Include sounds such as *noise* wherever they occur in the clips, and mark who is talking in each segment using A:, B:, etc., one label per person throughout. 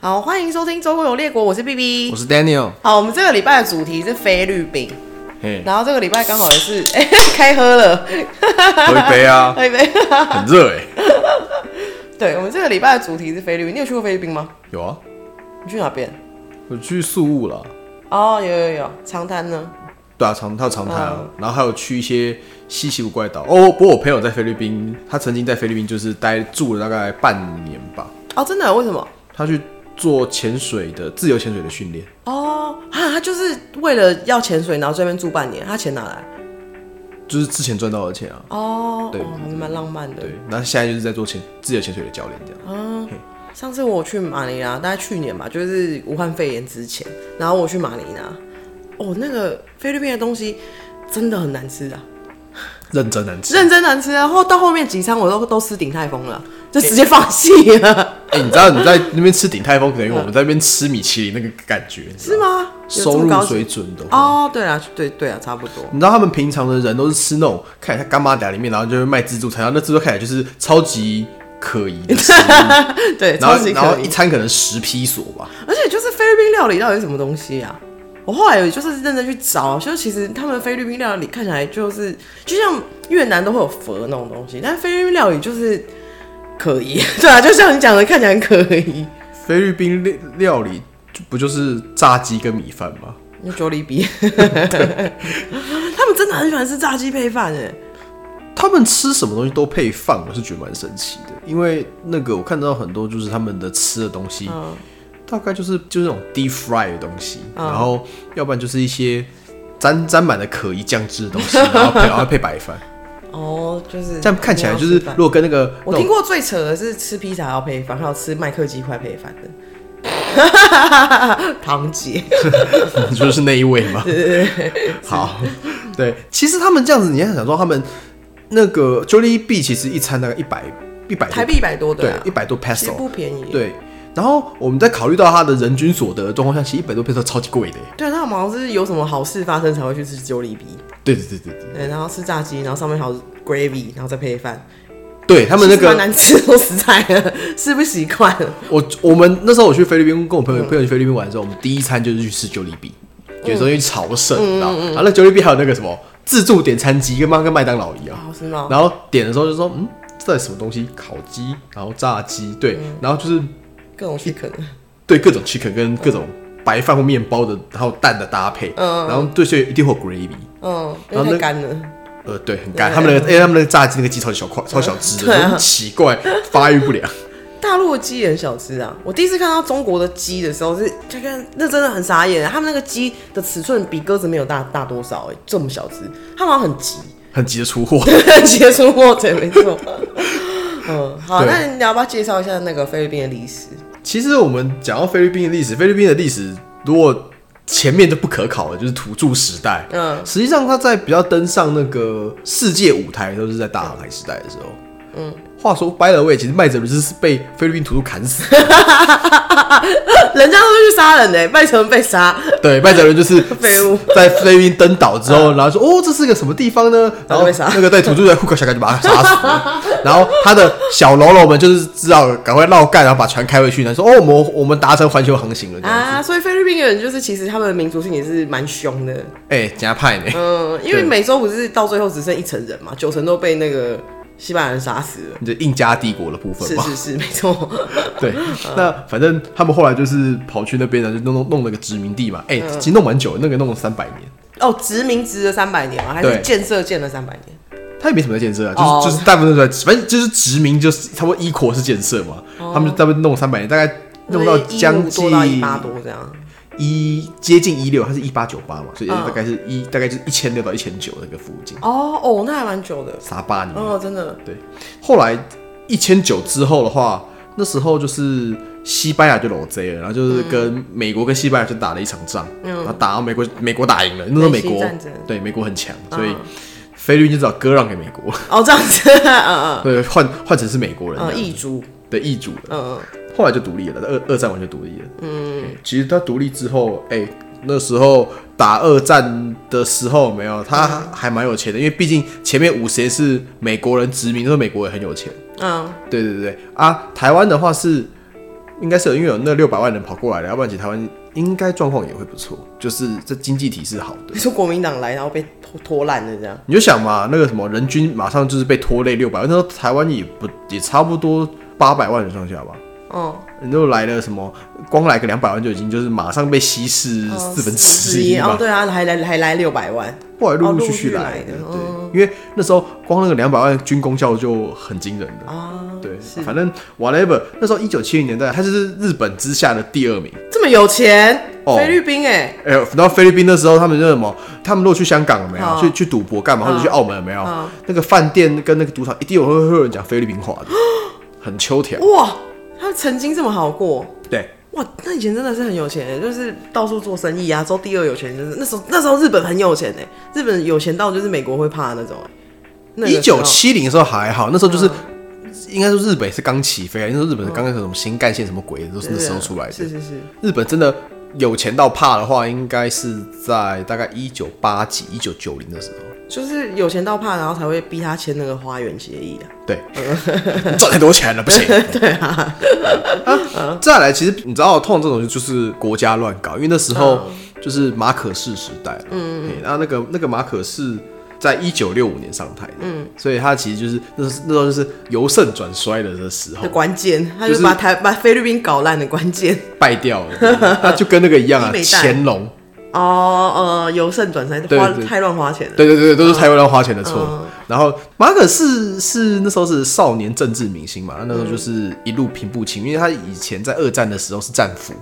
A: 好，欢迎收听《周公有列国》，我是 B
B: 我
A: B。
B: 是 Daniel，
A: 好，我们这个礼拜的主题是菲律宾，
B: *laughs* 嘿，
A: 然后这个礼拜刚好也是 *laughs* 哎、开喝了，
B: 喝一杯啊，
A: 喝一杯。
B: 很热哎、
A: *laughs* 欸对，我们这个礼拜的主题是菲律宾，你有去过菲律宾吗？
B: *laughs* 有啊，
A: 你去哪边？
B: 我去宿务了，
A: 哦，有有有，长滩呢？
B: 对啊，长还有长滩啊，
A: 嗯
B: 然后还有去一些稀奇古怪的岛。哦，不过我朋友在菲律宾，他曾经在菲律宾就是待住了大概半年吧，
A: 哦，真的？为什么？
B: 他去做潜水的自由潜水的训练，
A: 哦，啊，他就是为了要潜水，然后这边住半年，他钱哪来？
B: 就是之前赚到的钱啊。
A: 哦，
B: 对
A: 哦还蛮浪漫的
B: 对。，那现在就是在做潜自由潜水的教练这样。
A: 嗯上次我去马尼拉，大概去年吧，就是武汉肺炎之前，然后我去马尼拉，哦，那个菲律宾的东西真的很难吃啊，
B: 认真难吃。
A: 认真难吃啊。然后到后面几餐我都都吃鼎泰丰了，就直接放弃
B: *laughs*
A: 了，
B: 哎、你知道你在那边吃鼎泰丰，等于我们在那边吃米其林那个感觉，你知
A: 是
B: 道吗
A: 吗？有这
B: 收
A: 么
B: 入
A: 高级
B: 水准的话
A: 哦，对啊，对对啊，差不多。
B: 你知道他们平常的人都是吃那种看起来像干妈嗲里面，然后就会卖自助餐，然后那自助餐看起来就是超级可疑的食物，
A: 对，
B: *laughs*
A: *laughs*
B: 然
A: 超
B: 后
A: 级
B: 然后
A: 可
B: 一
A: 以。
B: 餐可能十批索吧，
A: 而且就是菲律宾料理到底是什么东西啊？我后来也就是认真去找，就其实他们菲律宾料理看起来就是，就像越南都会有佛那种东西，但菲律宾料理就是可疑， *laughs* 对啊，就像你讲的，看起来很可疑。
B: 菲律宾料料理就不就是炸鸡跟米饭吗？
A: 就九里比， *laughs* 他们真的很喜欢吃炸鸡配饭哎，
B: 他们吃什么东西都配饭，我是觉得蛮神奇的，因为那个我看到很多就是他们的吃的东西，
A: 嗯
B: 大概就是就是那种 deep fry 的东西，然后要不然就是一些沾沾满了可疑酱汁的东西，然后配然后配白饭，
A: 哦，就是
B: 这样看起来就是
A: 一定要吃饭
B: 如果跟那个那
A: 我
B: 种
A: 听过最扯的是吃披萨要配饭，还有吃麦克鸡块配饭的， *laughs* 堂姐，
B: *laughs* 你说是那一位
A: *laughs*
B: 吗？ *laughs* 好，对，其实他们这样子，你还想说他们那个 Jollibee 其实一餐大概一百一百
A: 台币一百多的
B: 对
A: 啊，
B: 一百多
A: 其实
B: peso
A: 不便宜。
B: 对，然后我们在考虑到他的人均所得的状况下，其实一百多 peso 超级贵的耶。
A: 对，他们好像是有什么好事发生才会去吃九里鼻，
B: 对对对对对，
A: 对，然后吃炸鸡，然后上面还有 gravy，然后再配饭。
B: 对他
A: 他
B: 们那
A: 蛮
B: 个
A: 难吃，说实在的，吃不习惯。
B: 我我们那时候我去菲律宾跟我朋
A: 嗯
B: 友朋友去菲律宾玩的时候，我们第一餐就是去吃 Jollibee，有
A: 嗯
B: 时候去朝圣，你知道，然后那 Jollibee 还有那个什么自助点餐机，跟妈跟麦当劳一样。
A: 好吃吗？
B: 然后点的时候就说，嗯，这是什么东西？烤鸡，然后炸鸡，对，
A: 嗯
B: 然后就是
A: 各种去啃。
B: 对各种 chicken 跟各种白饭或面包的，还有蛋的搭配，然后对，所以一定会有 gravy。
A: 嗯，因
B: 然后
A: 为
B: 那
A: 太干了。
B: 呃，对，很干。他们那个，哎、他们那个炸鸡那个鸡超级小块，超小只的，
A: 对啊
B: 很奇怪，发育不良。
A: 大陆的鸡也很小吃啊！我第一次看到中国的鸡的时候是，就看那真的很傻眼。他们那个鸡的尺寸比鸽子没有大大多少、欸，这么小只，他们好像很
B: *laughs*
A: 急，
B: 很急着出货，
A: 结束过程没错。嗯， *laughs* 好，
B: 对
A: 那你要不要介绍一下那个菲律宾的历史？ *laughs*
B: 其实我们讲到菲律宾的历史，菲律宾的历史如果前面就不可考了，就是土著时代。
A: 嗯，
B: 实际上他在比较登上那个世界舞台，都是在大航海时代的时候。嗯，话说 by the way，其实麦哲伦斯是被菲律宾土著
A: *laughs*
B: 砍死的。
A: 人家都是去杀人的、欸，麦城被杀，
B: 对，麦哲伦就是
A: 废物嗯
B: 在菲律宾登岛之后，然后说哦，这是个什么地方呢？
A: 然
B: 然
A: 后
B: 后
A: 被杀
B: 那个对土著的库克小盖就把他杀
A: *laughs*
B: 死了。然后他的小喽啰们就是知道了赶快绕盖，然后把船开回去，然后说哦，我们我们达成环球航行了这样子。
A: 啊，所以菲律宾人就是其实他们的民族性也是蛮凶的，
B: 哎、加派呢？
A: 嗯，因为
B: 对
A: 美洲不是到最后只剩一层人嘛，九层都被那个西班牙人杀死了，
B: 你的印加帝国的部分
A: 是
B: 吧。
A: 是嗯是，没错，
B: *laughs* 对，那反正他们后来就是跑去那边呢，就弄弄弄了个殖民地嘛。哎、
A: 嗯
B: 其实弄蛮久的，那个弄了三百年，
A: 哦，殖民殖了三百年吗？还是
B: 对
A: 建设建了三百年？
B: 他也没什么在建设啊，就是、
A: 哦
B: 就是大部分都在，反正就是殖民就是差不多一国是建设嘛，他们就大部分弄三百年，大概弄到将
A: 多
B: 近
A: 到哦一八多这样。
B: 一接近一六，它是一八九八嘛，所以呃
A: 嗯
B: 大概是一、大概就是一千六到一千九那个附近，
A: 哦哦，那还蛮久的。
B: 沙巴里面。
A: 哦，真的，
B: 对，后来一千九之后的话，那时候就是西班牙就裸 Z 了，然后就是跟美国跟西班牙就打了一场仗，然后打到美国，美国打赢了，那时候美
A: 美嗯西
B: 国
A: 战争
B: 对美国很强，所以菲律宾就只好割让给美国，
A: 哦这样子，嗯嗯
B: 对，换换成是美国人
A: 嗯，
B: 这样
A: 异族，
B: 对易主了，
A: 嗯
B: 后来就独立了，二二战完就独立了。嗯，其实他独立之后，哎、那时候打二战的时候没有，他还蛮有钱的，因为毕竟前面五十年是美国人殖民，那时候美国也很有钱。
A: 嗯嗯，
B: 对对对啊，台湾的话是应该是有因为有那六百万人跑过来了，要不然其实台湾应该状况也会不错，就是这经济体是好的。
A: 你说国民党来，然后被拖拖烂了这样，
B: 你就想嘛，那个什么人均马上就是被拖累六百万，那时候台湾也不也差不多八百万人上下吧。
A: 哦，
B: 你都来了什么，光来个两百万就已经就是马上被稀释
A: 哦
B: 四分之一
A: 哦
B: 嘛，，
A: 对啊，还来还来六百万，
B: 后来陆陆
A: 哦
B: 续续
A: 陆续
B: 来
A: 来的
B: 的，
A: 嗯
B: 对，因为那时候光那个两百万军功效就很惊人的，
A: 啊，
B: 对，
A: 是
B: 反正 whatever，那时候一九七零年代，它就是日本之下的第二名。
A: 这么有钱，
B: 哦
A: 菲律宾哎，
B: 哎、然后菲律宾那时候他们就什么，他们如果去香港有没有，
A: 嗯
B: 去去赌博干嘛，或者去澳门有没有，
A: 嗯
B: 那个饭店跟那个赌场一定有会会有人讲菲律宾话的，
A: 哦
B: 很秋条。
A: 哇，他曾经这么好过，
B: 对，
A: 哇，那以前真的是很有钱欸，就是到处做生意啊，洲第二有钱，就是那时候那时候日本很有钱哎，日本有钱到就是美国会怕的那种欸那个
B: 一
A: 时候嗯
B: 九七零的时候还好，那时候就是、应该说日本也是刚起飞啊，那时候日本是刚开始什
A: 哦
B: 么新干线什么鬼的都是那时候出来的。
A: 是是是，
B: 日本真的有钱到怕的话，应该是在大概一九八几、一九九零的时候。
A: 就是有钱到怕，然后才会逼他签那个花园协议啊。
B: *laughs* 对，你赚太多钱了，不行。 *laughs* 对啊，再来，其实你知道，通常这种就是国家乱搞，因为那时候就是马可仕时代了。嗯，然后那个那个马可仕在一九六五年上台的，嗯，所以他其实就是那时候那时候就是由盛转衰的的 *laughs* 时候
A: 的，关键，他
B: 哦就
A: 就是把台、把菲律宾搞烂的关键。
B: 败掉了，他就跟那个一样啊
A: 伊，美代
B: 乾隆。
A: 哦，呃，由盛转衰，
B: 对
A: 花
B: 对
A: 太乱花钱了。
B: 对对对，对都是台湾人花钱的错。然后马可是是那时候是少年政治明星嘛，那时候就是一路平步青云，因为他以前在二战的时候是战俘，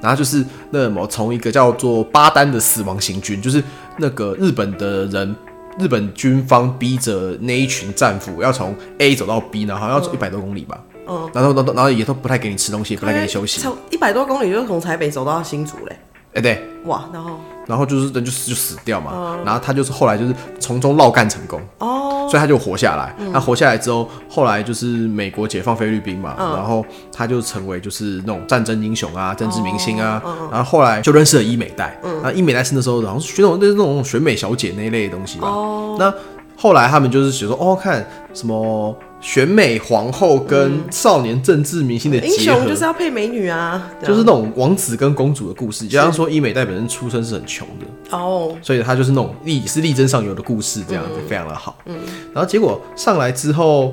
B: 然后就是那什么从一个叫做巴丹的死亡行军，就是那个日本的人。日本军方逼着那一群战俘要从 A 走到 B，然后好像要走一百多公里吧，
A: 嗯
B: 然后然后然后也都不太给你吃东西，也不太给你休息，哎、哎
A: 从一百多公里就从台北走到新竹嘞，
B: 对，
A: 哇！然后
B: 然后就是人就死就死掉嘛，然后他就是后来就是从中绕干成功，
A: 哦，
B: 所以他就活下来。他活下来之后，后来就是美国解放菲律宾
A: 嗯
B: 嘛，然后他就成为就是那种战争英雄啊、政治明星啊。
A: 哦嗯
B: 然后后来就认识了伊美代，那伊美代是那时候好像是选那种那那种选美小姐那一类的东西吧。
A: 哦
B: 那后来他们就是写说，哦，看什么选美皇后跟少年政治明星的
A: 嗯英
B: 结合，
A: 雄就是要配美女啊，对啊
B: 就是那种王子跟公主的故事。加上说伊美代本身出身是很穷的，
A: 哦，
B: 所以他就是那种力是力争上游的故事，这样子、非常的好。嗯，然后结果上来之后，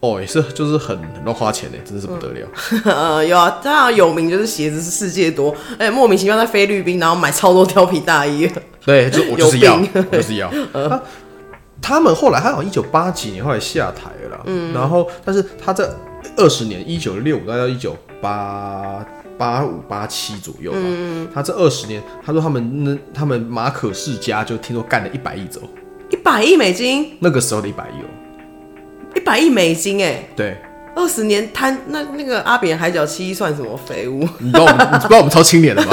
B: 哦，也是就是很很乱花钱呢，真的是不得了。
A: 呃， *laughs* 有啊，他好像有名就是鞋子是世界多，哎、莫名其妙在菲律宾，然后买超多貂皮大衣， *laughs*
B: 对，就我 *laughs* 就是要，
A: 有病
B: 我就是 *laughs* 要。他他们后来他好像一九八几年后来下台了啦，嗯，然后但是他在二十年，一九六五到一九八。八五八七左右吧，他这二十年，他说他们那他们马可世家就听说干了一百亿走，
A: 一百亿美金，
B: 那个时候的一百亿哦，
A: 一百亿美金、哎，
B: 对，
A: 二十年摊那那个阿扁海角七算什么废物？ *laughs*
B: 你知道我们你知道我们超清廉的吗？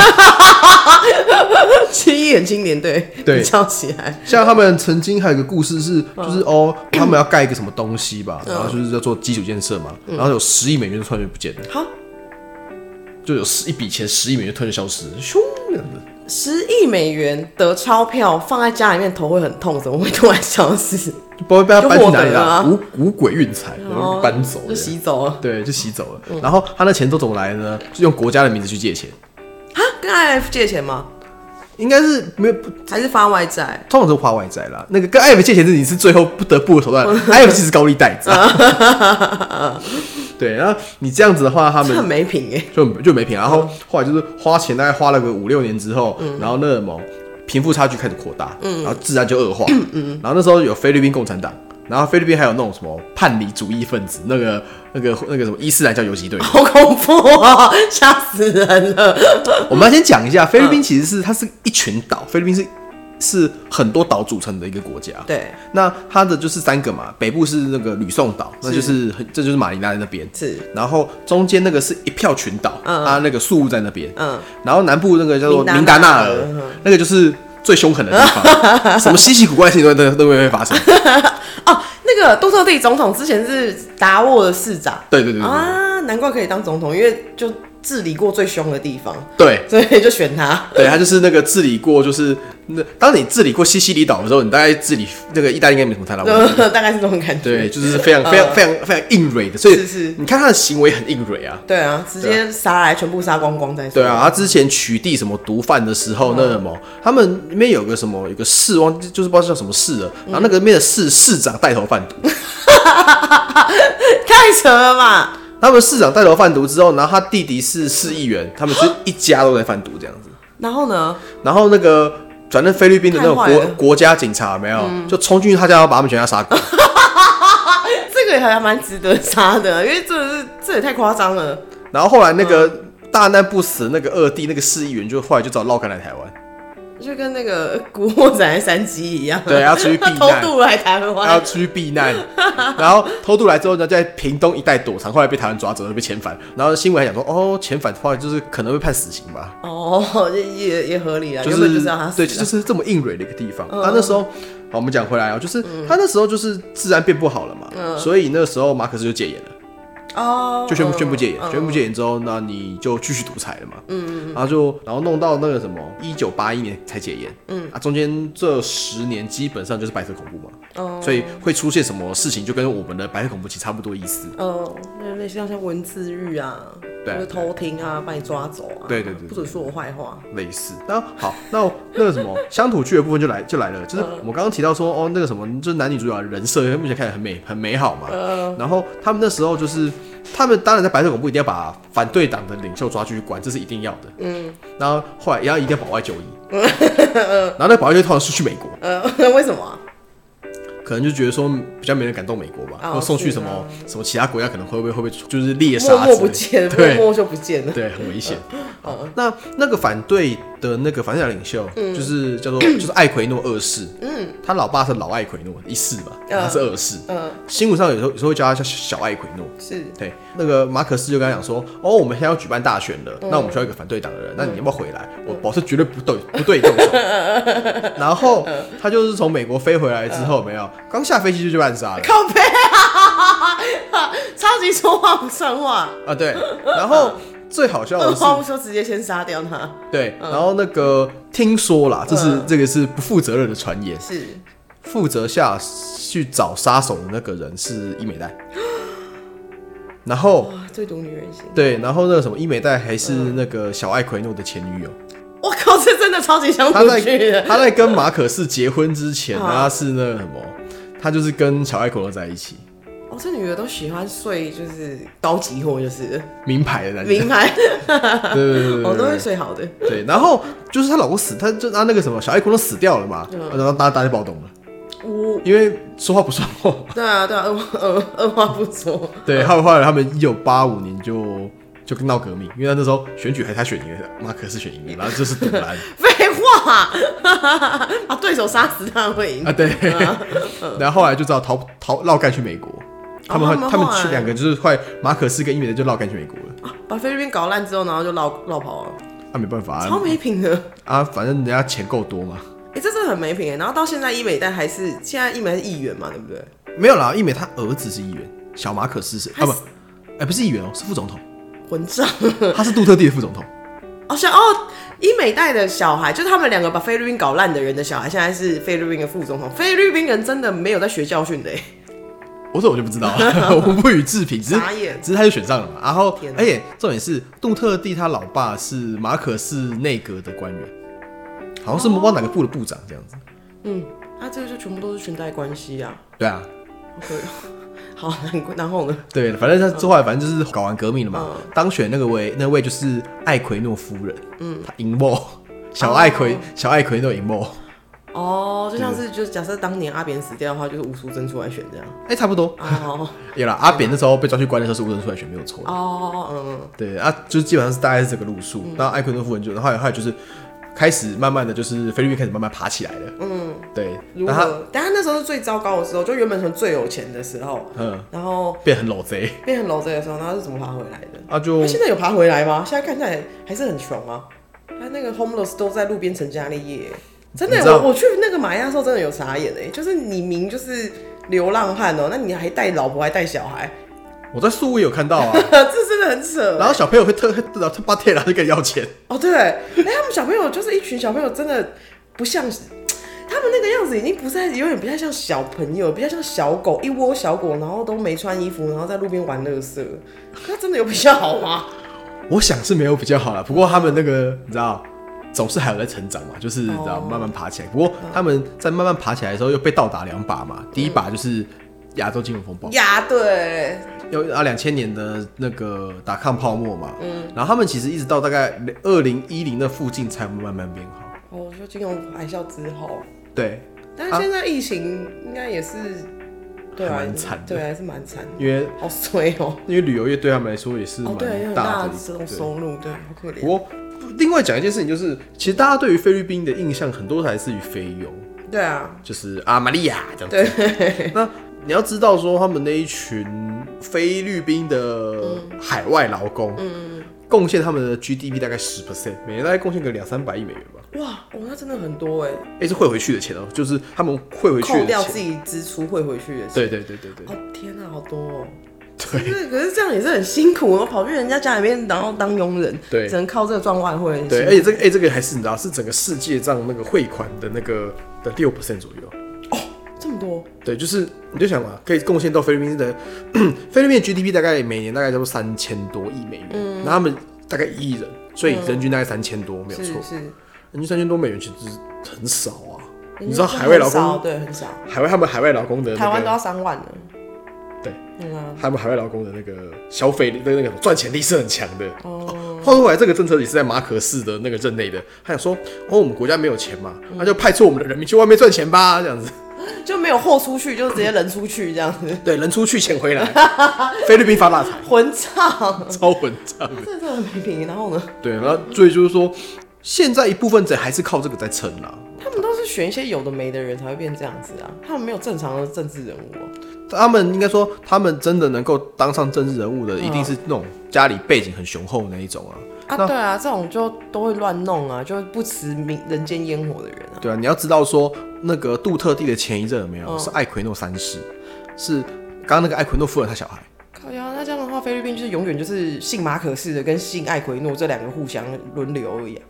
A: 七亿很青年对，
B: 对
A: 比较起来，
B: 像他们曾经还有一个故事是，
A: 嗯
B: 就是哦，他们要盖一个什么东西吧，然后就是要做基础建设嘛，
A: 嗯
B: 然后有十亿美元就突然就不见了，
A: 好，
B: 就有十一笔钱十亿美元就突然就消失，咻这样子。
A: 十亿美元的钞票放在家里面头会很痛，怎么会突然消
B: *laughs*
A: 失？
B: 就不会被他搬去哪里
A: 就获得了
B: 啦，
A: 啊哦
B: 五五鬼运财，然后就搬走
A: 就
B: 了。
A: 洗走了嗯
B: 对，就洗走了。然后他那钱都怎么来的呢？是用国家的名字去借钱，
A: 啊？跟 IF 借钱吗？
B: 应该是没有，不
A: 还是发外债？
B: 通常都花外债啦。那个跟 IF 借钱是你是最后不得不的
A: *laughs*
B: 手段，IF 其实是高利贷，知道吗对，然后你这样子的话，他
A: 这
B: 们
A: 很没品哎、
B: 就就没平。然后后来就是花钱，大概花了个五六年之后，
A: 嗯
B: 然后那什么贫富差距开始扩大，然后自然就恶化。
A: 嗯
B: 然后那时候有菲律宾共产党，然后菲律宾还有那种什么叛离主义分子，那个那个那个什么伊斯兰教游击队。
A: 好恐怖啊、 *laughs* 吓死人了！
B: 我们要先讲一下，菲律宾其实是它是一群岛，菲律宾是是很多岛组成的一个国家。
A: 对，
B: 那它的就是三个嘛，北部是那个吕宋岛，那就是很这就是马尼拉在那边，
A: 是，
B: 然后中间那个是一票群岛，啊，那个宿务在那边，
A: 嗯，
B: 然后南部那个叫做明
A: 明
B: 达
A: 达
B: 纳
A: 纳
B: 尔
A: 尔，
B: 那个就是最凶狠的地
A: *laughs*
B: 方，什么稀奇古怪的事情都都都会发生。
A: 哦，那个杜特地总统之前是达沃的市长
B: 对对对对对，
A: 啊
B: 嗯
A: 啊，难怪可以当总统，因为就治理过最凶的地方， *laughs*
B: 对，
A: 所以就选
B: *laughs*
A: 他。
B: 对，他就是那个治理过，就是那当你治理过西西里岛的时候，你大概治理那个意大利应该没什么太大问题。
A: *laughs* 大概是这种感觉。
B: 哦对， *laughs* 就是非常非常非常非常硬蕊的，所以
A: 嗯是是
B: 你看他的行为很硬蕊啊。
A: 对啊，直接杀来，全部杀光光再说。
B: 对啊，，他之前取缔什么毒贩的时候，那什么，
A: 嗯
B: 他们那边有个什么，有个市，忘记就是不知道叫什么市了。然后
A: 嗯
B: 那个那边的市市长带头贩毒，
A: 太扯了吧！
B: 他们市长带头贩毒之后，然后他弟弟是市议员，他们是一家都在贩毒这样子。
A: 然后呢？
B: 然后那个反正菲律宾的那种
A: 太坏
B: 国
A: 了嗯
B: 国家警察有没有，就冲进去他家要把他们全家杀光。
A: 这个也还蛮值得杀的，因为这是这也太夸张了。
B: 然后后来那个大难不死的那个二弟那个市议员，就后来就找绕开来台湾，
A: *laughs* 就跟那个古惑仔的山鸡一样， *laughs*
B: 对他出去避
A: 他
B: 难
A: 偷渡来台
B: 他要
A: 湾，
B: 出去避难，然后偷渡来之后呢，在屏东一带躲藏，后来被台湾抓走，就被遣返。然后新闻还讲说，哦，遣返的话就是可能会判死刑吧，
A: 哦，也也也合理啊，
B: 就
A: 原本
B: 是
A: 就是让他死嗯
B: 对，
A: 的，
B: 就是这么硬蕊的一个地方。他那时候，好，我们讲回来啊，就是
A: 嗯
B: 他那时候就是治安变不好了嘛，所以那时候马可斯就戒严了。
A: 哦，
B: 就宣布宣布戒严，
A: 嗯嗯
B: 宣布戒严之后，那你就继续独裁了嘛。嗯然后就然后弄到那个什么，一九八一年才解严。嗯啊，中间这十年基本上就是白色恐怖嘛，
A: 哦
B: 所以会出现什么事情，就跟我们的白色恐怖其实差不多意思。
A: 哦，那类似像像文字狱啊，
B: 对
A: 就是偷听啊，把你抓走啊，
B: 对对对对
A: 不准说我坏话，
B: 类似，那好，那那个什么乡土剧的部分就来就来了，就是
A: 嗯
B: 我刚刚提到说，哦，那个什么，就是男女主角的人设目前看起来很美很美好嘛，
A: 嗯
B: 然后他们那时候就是，他们当然在白色恐怖一定要把反对党的领袖抓去关，这是一定要的，嗯，然后后来也要一定要保外
A: *laughs*
B: 就医，
A: 嗯
B: 然后那个保外就医通常是去美国，
A: 呃， *laughs* 为什么啊？
B: 可能就觉得说比较没人敢动美国吧，
A: 哦
B: 或送去
A: 是
B: 什
A: 吗
B: 么什么其他国家可能会不会会不会就是
A: 默
B: 猎杀之类
A: 默
B: 的，
A: 不见，默
B: *laughs* 对
A: 默就不见了，
B: 对，很危险。
A: 嗯
B: 好，那那个反对的那个反对党领袖，
A: 嗯
B: 就是叫做就是艾奎诺二世，嗯，他老爸是老艾奎诺一世嘛，
A: 嗯
B: 他是二世，
A: 嗯，
B: 新闻上有时候有时候会叫他叫小艾奎诺。
A: 是，
B: 对，那个马可斯就跟他讲说，哦，我们现在要举办大选
A: 嗯
B: 了，那我们需要一个反对党的人，那你要不要回来？我保证绝对不对不对你
A: *laughs*
B: 动手。然后
A: 嗯
B: 他就是从美国飞回来之后，没有刚下飞机就去暗杀了。
A: 靠背啊，超级说话不算话，
B: 啊，对，然后最好笑的
A: 二 *laughs*
B: 哦是，
A: 话不说直接先杀掉他，
B: 对，然后那个听说啦，这
A: 嗯
B: 是这个是不负责任的传言，
A: 是
B: 负责下去找杀手的那个人是伊美
A: *gasps*
B: 代，然后
A: 哇，最毒女人心，
B: 对，然后那个什么伊美代还是那个小艾奎诺的前女友，
A: 我靠，这真的超级想
B: 他
A: 土
B: 在
A: 剧
B: *laughs*
A: 的，
B: 他在跟马可仕结婚之前，
A: 嗯
B: 他是那个什么，他就是跟小艾奎诺在一起，
A: 哦，这女的都喜欢睡，就是高级货，就是
B: 名牌的男人，
A: 名牌，
B: 对对对对
A: 我、
B: 对
A: 都
B: 对
A: 会睡好的。
B: 对，然后就是她老公死，她就啊她那个什么小艾奎诺死掉了嘛，
A: 嗯
B: 然后大家大家就暴动了，
A: 我，
B: 因为说话不算话。
A: 对啊，对啊，二话二二话不说，
B: 对，后后来他们一九八五年就就闹革命，因为他那时候选举还他选赢了，马克思选赢了，然后就是堵
A: *laughs*
B: 拦
A: 废话， *laughs* 把对手杀死当然会赢。
B: 啊，对，然后后来就知道逃逃绕干去美国，他
A: 嗯
B: 们、
A: 哦他们
B: 他们
A: 后来
B: 去两个就是快马可斯跟伊美的就绕干去美国了，
A: 啊把菲律宾搞烂之后，然后就绕绕跑了，
B: 啊没办法
A: 超
B: 啊
A: 没品的。
B: 啊，反正人家钱够多嘛，
A: 哎、这真的很没品哎。然后到现在，医美代还是现在医美是议员嘛，对不对？
B: 没有啦，伊美他儿子是议员，小马可斯是啊
A: 他
B: 不
A: 是，
B: 哎、不是议员哦，是
A: *laughs*
B: 副总统，
A: 混账！
B: 他是杜特地的副总统，
A: 哦，像哦，医美代的小孩，就是他们两个把菲律宾搞烂的人的小孩，现在是菲律宾的副总统。菲律宾人真的没有在学教训的哎。
B: 我说我就不知道， *laughs* 我不予置评，只是
A: 傻眼
B: 只是他就选上了嘛。然后
A: 天，哪
B: 而且重点是杜特地他老爸是马可是内阁的官员，好
A: 哦
B: 像是不知道哪个部的部长这样子。
A: 嗯，他、这个就全部都是裙带关系啊。 *laughs*
B: 对啊，
A: 对，好，难怪然后呢？
B: 对，反正他之后来反正就是搞完革命了嘛，
A: 嗯
B: 当选那个位那位就是艾奎诺夫人，嗯，他赢莫小艾奎、小艾奎诺赢莫，
A: 哦，就像是就是假设当年阿扁死掉的话，就是吴淑珍出来选这样。
B: 哎、差不多。
A: 哦
B: 有啦，阿扁那时候被抓去关的时候是无人出来选，没有错。
A: 哦，嗯，
B: 对啊，就是基本上是大概是这个路数。那艾奎诺夫人就，然后还有还有就是开始慢慢的就是菲律宾开始慢慢爬起来了。嗯，对，
A: 如
B: 那他
A: 何？但他那时候是最糟糕的时候，就原本从最有钱的时候，
B: 嗯
A: 然后
B: 变很老贼
A: 变成老贼的时候，然后他是怎么爬回来的？
B: 啊就
A: 他现在有爬回来吗？现在看起来还是很穷啊。他那个 homeless 都在路边成家立业，欸真的
B: 你
A: 耶，
B: 知道
A: 我我去那个马来亚的时候真的有欸傻眼哎，就是你明就是流浪汉哦、那你还带老婆还带小孩， *laughs*
B: 我在素位有看到啊，
A: 这真的很扯。欸
B: 然后小朋友会特然后他爸贴了就跟你要钱，
A: 哦，对，哎、他们小朋友就是一群小朋友，真的不像他们那个样子，已经不再有点不太像小朋友，比较像小狗，一窝小狗，然后都没穿衣服，然后在路边玩乐色。那真的有比较好
B: *laughs*
A: 吗？
B: 我想是没有比较好了。不过他们那个你知道，总是还有在成长嘛，就是你知道慢慢爬起来。不过他们在慢慢爬起来的时候，又被倒打两把嘛。第一把就是亚洲金融风暴，
A: 呀，对，
B: 有啊两千年的那个打抗泡沫嘛。嗯，然后他们其实一直到大概二零一零那附近才慢慢变好。
A: 哦，就金融海啸之后，
B: 对，
A: 但是现在疫情应该也是，对啊，
B: 啊还蛮惨的
A: 对啊，还是蛮惨，
B: 因为
A: 好衰哦、
B: 因为旅游业对他们来说也是
A: 哦，对，有
B: 蛮
A: 很
B: 大
A: 大
B: 的
A: 的
B: 一
A: 这种
B: 对
A: 收入，对，好可怜
B: 不。过另外讲一件事情，就是其实大家对于菲律宾的印象很多来自于菲佣，
A: 对啊，
B: 就是阿玛利亚这样子。那你要知道说，他们那一群菲律宾的海外劳工，
A: 嗯
B: 贡献他们的 GDP 大概十 percent，每年大概贡献个两三百亿美元吧。
A: *laughs* 哇，哦，那真的很多哎，
B: 哎、是汇回去的钱哦、就是他们汇回去
A: 扣
B: 的
A: 掉
B: 钱。
A: 自己支出汇回去的钱。
B: 对对对对对，
A: 哦，天哪，好多哦。对，可是这样也是很辛苦，我跑去人家家里面，然后当佣人，
B: 对
A: 只能靠这个赚外汇。
B: 对，而且这个哎、这个还是你知道，是整个世界上那个汇款的那个的六 percent 左右。
A: 这么多，
B: 对，就是你就想嘛，可以贡献到菲律宾的 *clears throat* 菲律宾的 GDP 大概每年大概都三千多亿美元，
A: 嗯
B: 那、他们大概一亿人，所以人均大概三千多，没有
A: 是
B: 错，
A: 是，
B: 人均三千多美元其实很少啊。你知道海外劳
A: 很少
B: 工，
A: 对很少，
B: 海外他们海外劳工的
A: 台
B: 那
A: 湾都
B: 个，
A: 要三万了。
B: 对，
A: 嗯啊，
B: 他们海外劳工的那个消费力的那个赚钱力是很强的。哦，话说回来，这个政策也是在马可仕的那个任内的，他想说，哦，我们国家没有钱嘛，那就派出我们的人民去外面赚钱吧，这样子。
A: 就没有货出去，就直接人出去这样子，
B: *laughs*
A: *laughs*
B: 对，人出去，钱回来， *laughs* 菲律宾发大财， *laughs*
A: 混账，
B: 超混账的。
A: 这真的很没品。然后呢，
B: 对，然后所以就是说，现在一部分人还是靠这个在撑啊啦、
A: 他们都是选一些有的没的人才会变这样子啊，他们没有正常的政治人物啊、
B: 他们应该说，他们真的能够当上政治人物的，一定是那种家里背景很雄厚的那一种啊。
A: 啊，对啊，这种就都会乱弄啊，就不食民人间烟火的人啊。
B: 对啊，你要知道说，那个杜特地的前一任有没
A: 嗯
B: 有、是艾奎诺三世，是刚刚那个艾奎诺夫人她小孩。
A: 靠呀，那这样的话，菲律宾就是永远就是姓马可仕的跟姓艾奎诺这两个互相轮流而已、啊。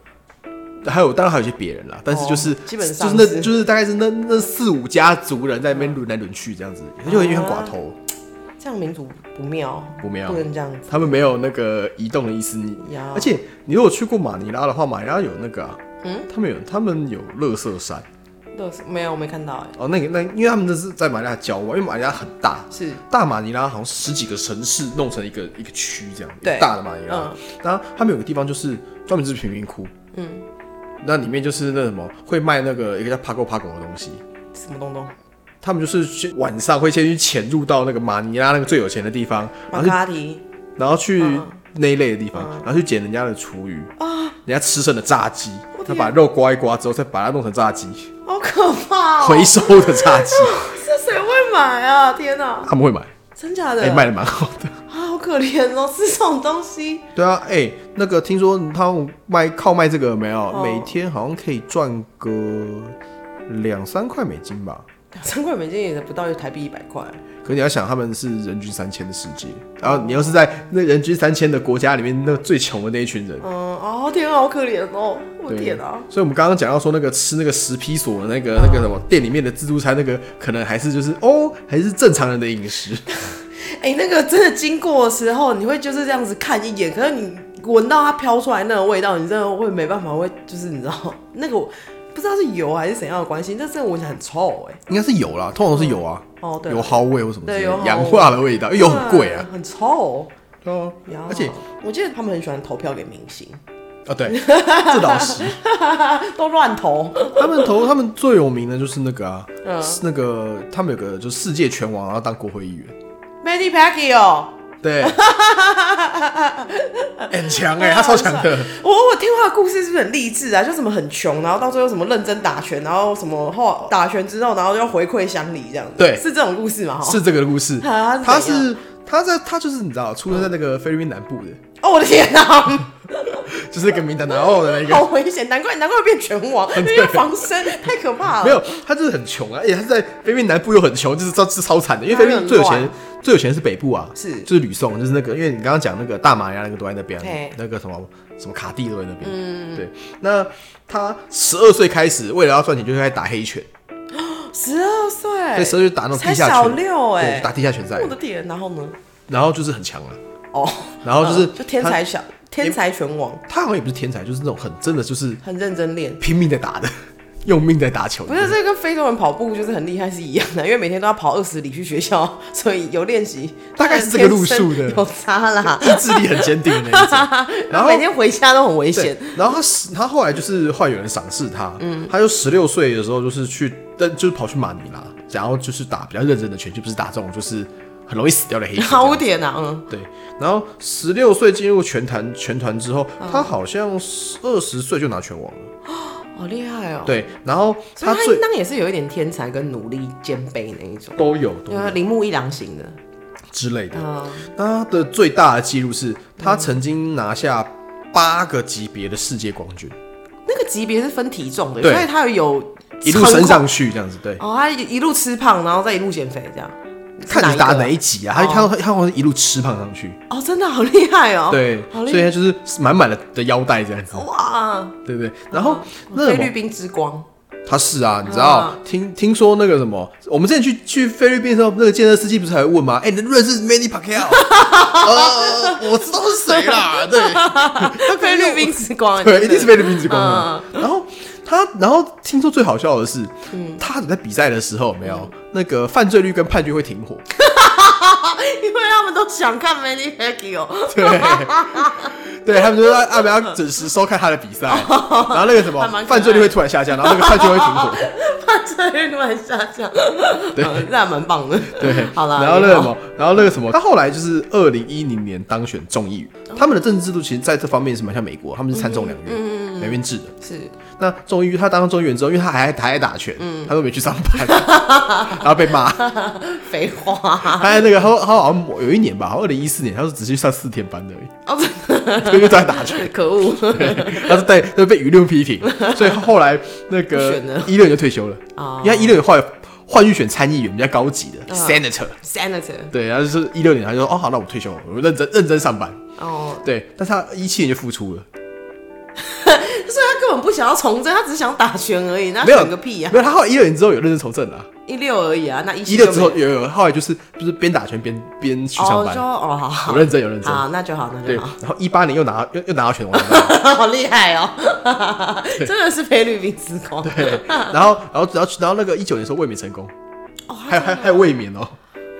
B: 还有，当然还有一些别人啦，但是
A: 哦
B: 就是、
A: 基本上
B: 就是
A: 是
B: 那就是大概是那那四五家族人在那边轮来轮去这样子，
A: 啊
B: 就很很寡头，
A: 这样民主不妙，
B: 不妙
A: 不能这样子
B: 他们没有那个移动的意思，你
A: 呀。
B: 而且你如果去过马尼拉的话，马尼拉有那个、啊，
A: 嗯
B: 他们有他们有乐色山
A: 乐色没有，我没看到哎、
B: 哦，那个那因为他们这是在马尼拉郊外，因为马尼拉很大，
A: 是
B: 大马尼拉好像十几个城市弄成一个一个区这样，一
A: 对
B: 个大的马尼拉
A: 嗯。
B: 然后他们有个地方就是专门是贫民窟，
A: 嗯，
B: 那里面就是那什么会卖那个一个叫帕狗帕狗的东西。
A: 什么东东？
B: 他们就是先晚上会先去潜入到那个马尼拉那个最有钱的地方，然
A: 马
B: 后去
A: 卡提
B: 然后去
A: 嗯
B: 那一类的地方，然后去捡人家的厨余
A: 啊，
B: 人家吃剩的炸鸡，
A: 我
B: 他
A: 天
B: 把肉刮一刮之后，再把它弄成炸鸡，
A: 好可怕哦、
B: 回收的炸鸡，
A: 这谁会买啊？天哪、
B: 他们会买，
A: 真假的？
B: 哎、卖的蛮好的。
A: 啊，好可怜哦， *laughs* 吃这种东西。
B: 对啊，哎、那个听说他们卖靠卖这个有没有，
A: 哦
B: 每天好像可以赚个两三块美金吧。
A: 两三块美金也不到台币一百块，
B: 可你要想，他们是人均三千的世界，然后你要是在那人均三千的国家里面，那最穷的那一群人，
A: 嗯，哦天啊，好可怜哦，我
B: 对
A: 天啊，哦
B: 所以我们刚刚讲到说那个吃那个十批索的那个那个什么店里面的自助餐，那个可能还是就是哦，还是正常人的饮食。 *laughs*
A: 哎、那个真的经过的时候，你会就是这样子看一眼，可是你闻到它飘出来那个味道，你真的会没办法，会就是你知道那个不知道是油还是怎样的关系，那真的闻起来很臭哎、
B: 应该是有啦，通常都是有啊，
A: 哦对，
B: 有蒿味或什么之
A: 对
B: 类
A: 有
B: 的
A: 蒿味
B: 氧化的味道，因为油很贵啊
A: 对，，嗯很臭。
B: 对啊，
A: 呀
B: 而且
A: 我记得他们很喜欢投票给明星，
B: 啊对，这倒是，
A: 都乱投。
B: 他
A: *laughs*
B: 们投他们最有名的就是那个啊，
A: 嗯
B: 是那个他们有个就是世界拳王，然后当国会议员，
A: Mandy Pacquiao， *laughs*
B: 对，很强哎，他超强
A: *laughs*
B: 的，
A: 我我听他的故事是不是很励志啊？就什么很穷，然后到最后什么认真打拳，然后什么后打拳之后，然后要回馈乡里这样子。
B: 对
A: 是这种故事吗？哈
B: 是这个故事，
A: 啊 *laughs* 他
B: 他
A: 是怎样
B: 是他在他就是你知道出生在那个菲律宾南部的。 *laughs*
A: 哦，我的天哪、啊！
B: 就是那个名单然后的那个。
A: 好危险，难怪难怪会变拳
B: *laughs*
A: 王，因为要防身，太可怕了。
B: 没有，他就是很穷啊，而且他在菲律宾南部又很穷，就是超是超惨的，因为菲律宾最有
A: 那很
B: 钱
A: 乱
B: 最有钱是北部啊，
A: 是
B: 就是吕宋，就是那个，因为你刚刚讲那个大马呀，那个都在那边
A: 嘿，嗯
B: 那个什么什么卡蒂都在那边，对，那他十二岁开始为了要赚钱就开始打黑拳，
A: 十二岁，
B: 对，十二岁打那种地
A: 哎才
B: 下
A: 小
B: 拳，
A: 六
B: 对
A: 哎，
B: 打地下拳赛
A: 我，的天，然后呢？
B: 然后就是很强啊，
A: 哦，
B: 然后就是
A: 嗯就天才小天才拳王，
B: 他好像也不是天才，就是那种很真的就是
A: 很认真练。
B: 拼命在打的， *laughs* 用命在打球的，
A: 不是，这跟非洲人跑步就是很厉害是一样的，因为每天都要跑二十里去学校，所以有练习，
B: 大概是这个路数的 *laughs*
A: 天生有差啦。
B: 意志力很坚定的那一种，然后
A: 每天回家都很危
B: 对
A: 险，，
B: 然后他十他后来就是后来有人赏识他，嗯，他就十六岁的时候就是去，但就是跑去马尼拉，然后就是打比较认真的拳击，不是打这种就是很容易死掉的黑拳这
A: 好
B: 样。
A: 点啊，嗯，
B: 对，然后十六岁进入拳坛拳团之后，
A: 嗯
B: 他好像二十岁就拿拳王了。
A: 好厉害哦。，
B: 对，然后
A: 所以
B: 他
A: 他
B: 最
A: 应当也是有一点天才跟努力兼备那啊一种，
B: 都有都
A: 因
B: 有
A: 为铃木一郎型的，
B: 之类的。
A: 嗯，
B: 那他的最大的记录是他曾经拿下八个级别的世界冠军，
A: 嗯那个级别是分体重的，
B: 对
A: 所以他有
B: 一路升上去这样子。对，
A: 哦，他一路吃胖，然后再一路减肥这样。
B: 看
A: 是
B: 你打
A: 一个
B: 哪一集啊？他他他好像是一路吃胖上去。
A: 哦，真的好厉害哦！
B: 对，
A: 好
B: 所以
A: 厉害
B: 他就是满满的的腰带这样子，
A: 哇！
B: 对不对？然后那
A: 哦菲
B: 什
A: 律
B: 么，
A: 宾之光，
B: 他是啊，你知道，听听说那个什么，我们之前去去菲律宾的时候，那个健身司机不是还会问吗？哎，你认识 Manny
A: *laughs*
B: Pacquiao？呃，我知道是谁啦，对，
A: 菲律宾之光，
B: 对，一
A: 真的嗯
B: 定 *laughs* 是菲律宾之光啊。然后他，然后听说最好笑的是，他在比赛的时候有没有那个犯罪率跟判决会停火，
A: 因为他们都想看 Manny Pacquiao， *laughs*
B: 对，对他们就说阿不要准时收看他的比赛，然后那个什么
A: 还蛮可爱的
B: 犯罪率会突然下降，然后那个判决会停火，
A: 他这边突然下降，对，那还蛮棒的。
B: 对，
A: 好啦，
B: 然后那个
A: 也
B: 什
A: 好
B: 么，然后那个什么，他后来就是二零一零年当选众议员，
A: 哦
B: 他们的政治制度其实在这方面是蛮像美国，他们是参众两
A: 嗯
B: 院，两院制的。
A: 是
B: 那众议员他当上众议员之后，因为他还还爱打拳，
A: 嗯
B: 他都没去上班，然后被骂。
A: *laughs* 废话
B: 还有那个他说他好像有一年吧，二零一四年，他说只去上四天班而已，
A: 哦，真的
B: 就因为都在打拳。
A: 可恶！
B: *laughs* 他是被他被舆论批评，所以后来那
A: 不
B: 个
A: 选了
B: 一六就退休了。
A: 哦
B: 因为他一六后来换去选参议员，比较高级的、
A: 嗯
B: senator。
A: Senator
B: 对，然后就是一六年他就说哦好，那我退休，我认真认真上班。
A: 哦，
B: 对，但是他一七年就复出了，
A: 所以他根本不想要从政，他只是想打拳而已，那
B: 没有
A: 选个屁啊呀！
B: 没有，他后来一六年之后有认真从政了，
A: 一六而已啊，那一
B: 一
A: 七
B: 六之后有有，后来就是就是边打拳边边去上
A: 哦，
B: 班
A: 就，哦，好好
B: 有认真有认真。
A: 好，那就好，那
B: 对，
A: 就好。
B: 然后一八年又拿又又拿到拳王，
A: *laughs* 好厉害哦！真的是菲律宾之光。
B: 对，然后然后然后然后那个一九年的时候卫冕成功，
A: 哦，
B: 还有还有还有卫冕哦。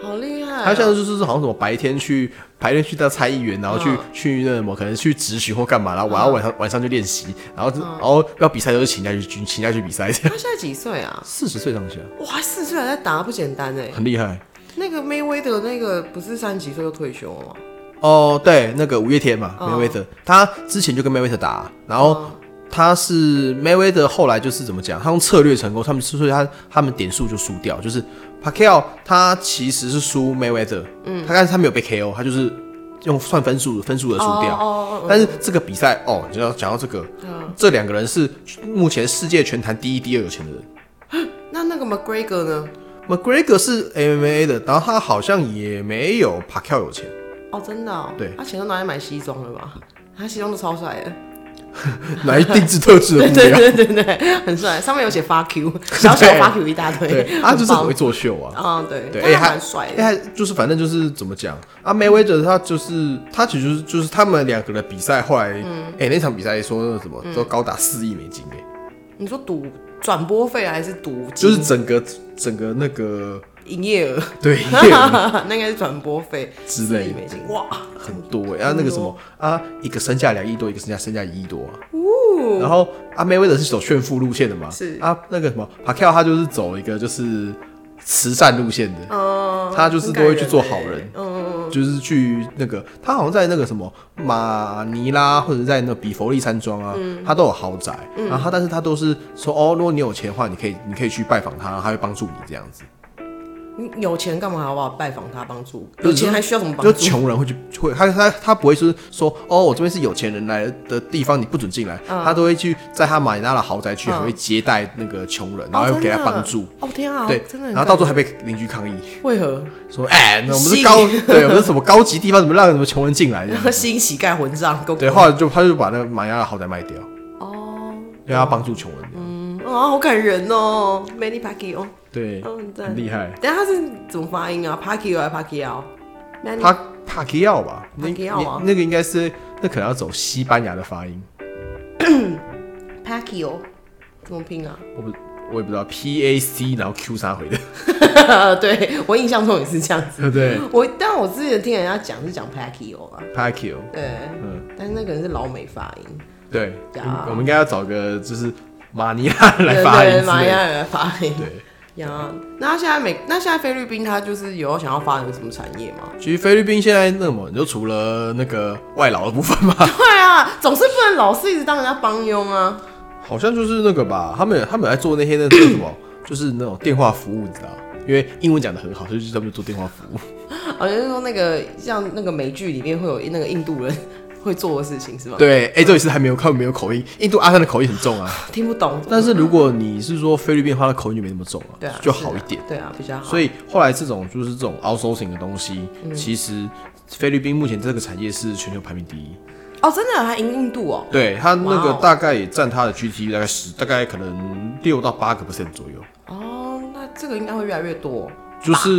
A: 好厉害哦！
B: 他现在就是好像什么白天去白天去当参议员，然后去、去那什么，可能去执行或干嘛，然后晚上晚上、晚上就练习，然后就、然后要比赛就是请假去军请假去比赛，这样
A: 他现在几岁啊？
B: 四十岁上下，
A: 哇，四十岁还在打，不简单哎。
B: 很厉害。
A: 那个 Mayweather 那个不是三十几岁就退休了吗？
B: 哦，对，那个五月天嘛
A: 哦
B: ，Mayweather，、他之前就跟 Mayweather 打，啊然后。他是 Mayweather 后来就是怎么讲，他用策略成功，他们所以他他们点数就输掉，就是 Pacquiao 他其实是输 Mayweather，嗯，他但是他没有被 KO，他就是用算分数分数的输掉，
A: 哦嗯
B: 但是这个比赛哦，你知道讲到这个，这两个人是目前世界拳坛第一、第二有钱的人。
A: 那那个 McGregor 呢？
B: McGregor 是 MMA 的，然后他好像也没有 Pacquiao 有钱， *laughs*
A: 哦，真的、哦，
B: 对
A: 他钱都拿来买西装了吧？他西装都超帅的，
B: 来定制特制的布
A: *laughs* 对
B: 料。
A: 对对对，很帅，上面有写发 Q，小小发 Q 一大堆，
B: 对，他就是很
A: 很
B: 会
A: 棒
B: 作秀啊。
A: 啊，对，
B: 对，
A: 但
B: 哎
A: 他
B: 他
A: 蛮帅的，
B: 哎他就是反正就是怎么讲啊，Mayweather 他就是他其实就是就是他们两个的比赛，后来哎、
A: 嗯
B: 那场比赛说那个什么都高达四亿美金哎、
A: 你说赌转播费还是赌
B: 就是整个整个那
A: *laughs*
B: 个
A: 营业额？
B: 对
A: *laughs* 那应该是转播费
B: 之类的
A: 4亿美金，哇，
B: 很多哎、啊那个什么啊，一个身价两亿多，一个身价身价一亿多啊。然后啊，Mayweather 是走炫富路线的嘛，
A: 是
B: 啊，那个什么 Pacquiao 他就是走一个就是慈善路线的，
A: 嗯
B: 他就是都会去
A: 欸
B: 做好人，就是去那个他好像在那个什么马尼拉或者在那比佛利山庄啊，
A: 嗯
B: 他都有豪宅，然后他但是他都是说哦，如果你有钱的话，你可以你可以去拜访他，他会帮助你这样子。
A: 你有钱干嘛还要我拜访他帮助？
B: 不是
A: 有钱还需要什么帮
B: 就
A: 助？哦
B: 穷人会去会他他他不会说说哦，我这边是有钱人来的地方，你不准进来。
A: 嗯
B: 他都会去在他买纳了豪宅区，还会接待那个穷人，然后
A: 哦
B: 又给他
A: 真的
B: 帮助。
A: 哦天啊，
B: 对，
A: 真的很
B: 然
A: 感人。
B: 后到最后还被邻居抗议，
A: 为何？
B: *laughs* 说：“哎、那我们
A: 吸
B: 是
A: 引
B: 高， *laughs* 对，我们是什么高级地方，怎么让什么穷人进来这
A: *laughs*
B: 样子
A: 新乞丐混账，够？”
B: 对，后来就他就把那个玛雅的豪宅卖掉，
A: 哦，
B: 让他帮助穷人。
A: 嗯，啊，好感人哦，Many Paki 哦，
B: 对，
A: 嗯，对
B: 很。厉害。
A: 等一下他是怎么发音啊？Paki 还是 Paki 啊
B: 帕
A: ？Many
B: 帕基奥吧，那你
A: Pacquiao 啊
B: 那个应该是那可能要走西班牙的发音，
A: Paki 哦，怎么拼啊？ *laughs*
B: 我不我也不知道 P A C 然后 Q 啥回的，
A: 对我印象中也是这样子。
B: 对不对
A: 我但我之前听人家讲是讲 Paki 哦啊，
B: p a c i o
A: 对，
B: 嗯，
A: 但是那个人是老美发音，
B: 对，
A: 呀
B: 我们应该要找个就是马尼拉人
A: 对
B: 来发音
A: 对，
B: 之
A: 玛
B: 类的，
A: 雅人来发音。
B: 对。
A: 呀，那他现在美，那现在菲律宾他就是有想要发展什么产业吗？ *laughs*
B: 其实菲律宾现在那么，你就除了那个外劳的部分嘛，
A: 对啊，总是不能老是一直当人家帮佣啊。
B: 好像就是那个吧，他们他们在做那些那个什么， *coughs* 就是那种电话服务，你知道吗？因为英文讲的很好，所以就是他们做电话服
A: *laughs*
B: 务。
A: 好哦像是说那个像那个美剧里面会有那个印度人会做的事情是吗？，
B: 对，哎、这里是还没有看没有口音，印度阿三的口音很重啊。
A: *laughs* 听不懂。
B: 但是如果你是说菲律宾的话，它口音就没那么重了、
A: 对啊，
B: 就是好
A: 啊
B: 一点。。
A: 对啊，比较好。
B: 所以后来这种就是这种 outsourcing 的东西，
A: 嗯
B: 其实菲律宾目前这个产业是全球排名第一，
A: 哦，真的还赢印度哦。
B: 对它那个
A: 哇哦
B: 大概也占它的 GDP 大概十，大概可能六到八个 percent 左右，
A: 哦，那这个应该会越来越多。
B: 就是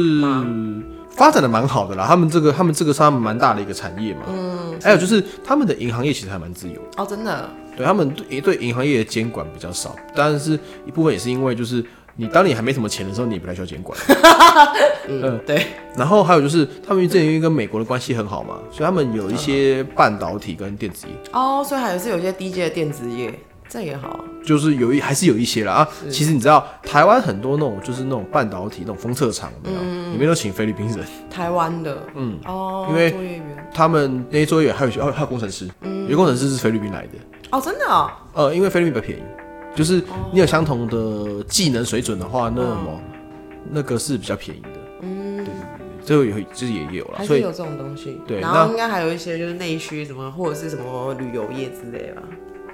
B: 发展的蛮好的啦。他们这个他们这个是他们蛮大的一个产业嘛，嗯，还有就是他们的银行业其实还蛮自由的。
A: 哦，真的。
B: 对他们对对银行业的监管比较少，但是一部分也是因为就是你当你还没什么钱的时候，你也不太需要监 *laughs* 管。
A: 嗯，对。
B: 然后还有就是他们之前因为跟美国的关系很好嘛，所以他们有一些半导体跟电子业，
A: 哦，所以还是有些低阶的电子业，这也好啊。
B: 就是有一还是有一些啦啊。其实你知道台湾很多那种就是那种半导体那种封测厂有没有？里面都请菲律宾人，
A: 台湾的，嗯，哦，
B: 因为
A: 作业员，
B: 他们那些作业员还有还有还有工程师，
A: 嗯
B: 有些工程师是菲律宾来的，
A: 哦，真的哦，
B: 呃，因为菲律宾比较便宜，就是你有相同的技能水准的话，那
A: 哦
B: 么那个是比较便宜的。嗯，对对对，这个也就是也也有了，
A: 还
B: 所
A: 是
B: 以
A: 有这种东西。
B: 对
A: 然
B: 那
A: 后应该还有一些就是内需什么，或者是什么旅游业之类吧。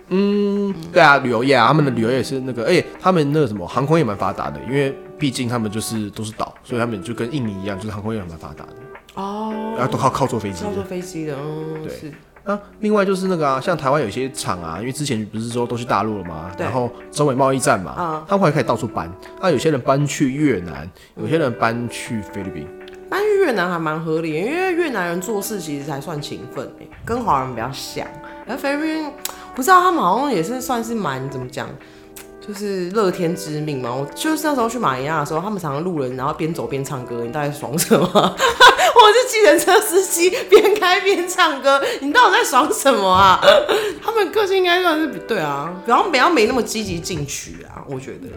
B: 嗯，对啊，旅游业啊，他们的旅游业也是那个，而且他们那个什么航空也蛮发达的，因为毕竟他们就是都是岛，所以他们就跟印尼一样，就是航空业蛮发达的，啊
A: 哦，
B: 然后都靠靠坐飞机
A: 操
B: 的
A: 作。飞机的，嗯，
B: 对
A: 是，
B: 那另外就是那个啊，像台湾有些厂啊，因为之前不是说都去大陆了嘛，
A: 对
B: 然后中美贸易战嘛，
A: 嗯
B: 他们后来开始到处搬，那有些人搬去越南，有些人搬去菲律宾。
A: 搬去越南还蛮合理的，因为越南人做事其实还算勤奋欸跟华人比较像。而菲律宾不知道他们好像也是算是蛮怎么讲，就是乐天知命嘛。我就是那时候去马尼亚的时候，他们常常路人然后边走边唱歌，你到底在爽什么？ *laughs* 我是计程车司机，边开边唱歌，你到底在爽什么啊？他们个性应该算是比对啊，然后比较没那么积极进取啊，我觉得。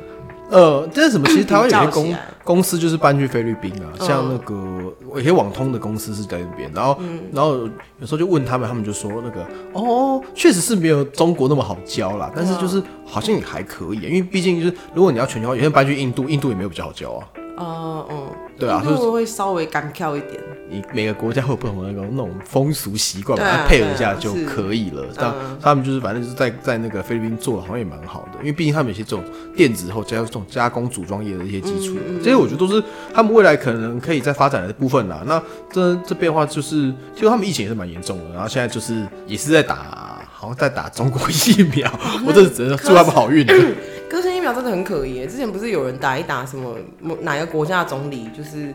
B: 呃，这是什么？其实台湾有些
A: 比较起
B: 公
A: 来嗯
B: 公司就是搬去菲律宾啊，像那个有些网通的公司是在那边，然后、
A: 嗯
B: 然后有时候就问他们，他们就说那个哦，确实是没有中国那么好教啦，但是就是
A: 嗯
B: 好像也还可以啊，因为毕竟就是如果你要全球化，有些人搬去印度，印度也没有比较好教啊。
A: 哦，嗯，
B: 对啊
A: 会会稍微干跳一点。
B: 你每个国家会有不同的那种那种风俗习惯嘛，
A: 对啊
B: 它配合一
A: 对
B: 下
A: 啊嗯
B: 就是可以了。但他们就是反正就是在在那个菲律宾做的好像也蛮好的，因为毕竟他们有些这种电子后加这种加工组装业的一些基
A: 嗯
B: 础，啊这些我觉得都是他们未来可能可以再发展的部分啦。那这这变化就是，其实他们疫情也是蛮严重的，然后现在就是也是在打，好像在打中国疫苗，
A: 嗯
B: 我这只能祝他们好运。
A: 歌声疫苗真的很可疑耶，之前不是有人打一打什么某哪个国家的总理就是